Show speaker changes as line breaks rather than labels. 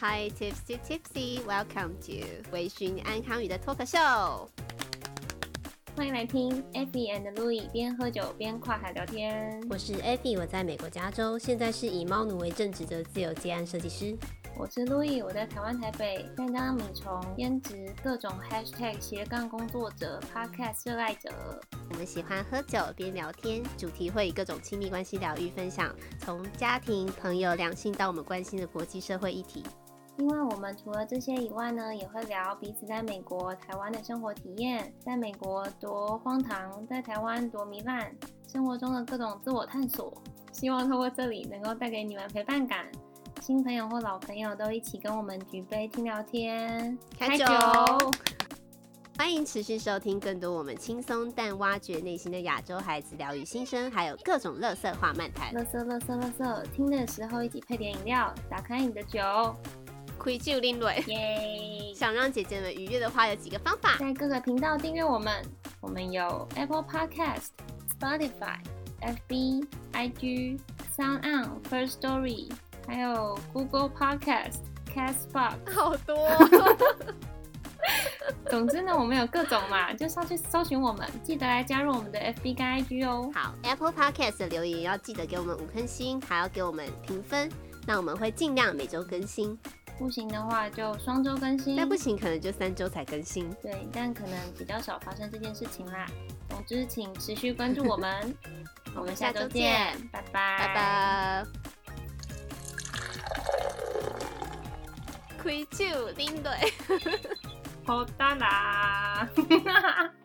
Hi Tipsy Tipsy, welcome to 微醺安康语的脱口秀。
欢迎来听 Effie and Louis 边喝酒边跨海聊天。
我是 Effie，我在美国加州，现在是以猫奴为正职的自由接案设计师。
我是 Louis，我在台湾台北，担当米虫、兼职各种 Hashtag 斜杠工作者、Podcast 热爱者。
我们喜欢喝酒边聊天，主题会以各种亲密关系疗愈分享，从家庭、朋友、两性到我们关心的国际社会议题。
另外，我们除了这些以外呢，也会聊彼此在美国、台湾的生活体验，在美国多荒唐，在台湾多糜烂，生活中的各种自我探索。希望透过这里能够带给你们陪伴感，新朋友或老朋友都一起跟我们举杯听聊天，
开酒欢迎持续收听更多我们轻松但挖掘内心的亚洲孩子疗愈心声，还有各种乐色话漫谈。
乐色乐色乐色，听的时候一起配点饮料，打开你的酒，
亏就另类。
耶！
想让姐姐们愉悦的话，有几个方法。
在各个频道订阅我们，我们有 Apple Podcast、Spotify、FB、IG、Sound On、First Story，还有 Google Podcast、Castbox。
好 多、
总之呢，我们有各种嘛，就上去搜寻我们，记得来加入我们的 FB 跟 IG 哦。
好，Apple Podcast 的留言要记得给我们五颗星，还要给我们评分。那我们会尽量每周更新，
不行的话就双周更新。
但不行可能就三周才更新。
对，但可能比较少发生这件事情啦。总之，请持续关注我 们，我们下周见，拜拜，
拜。拜。亏就拎对。
好大啦！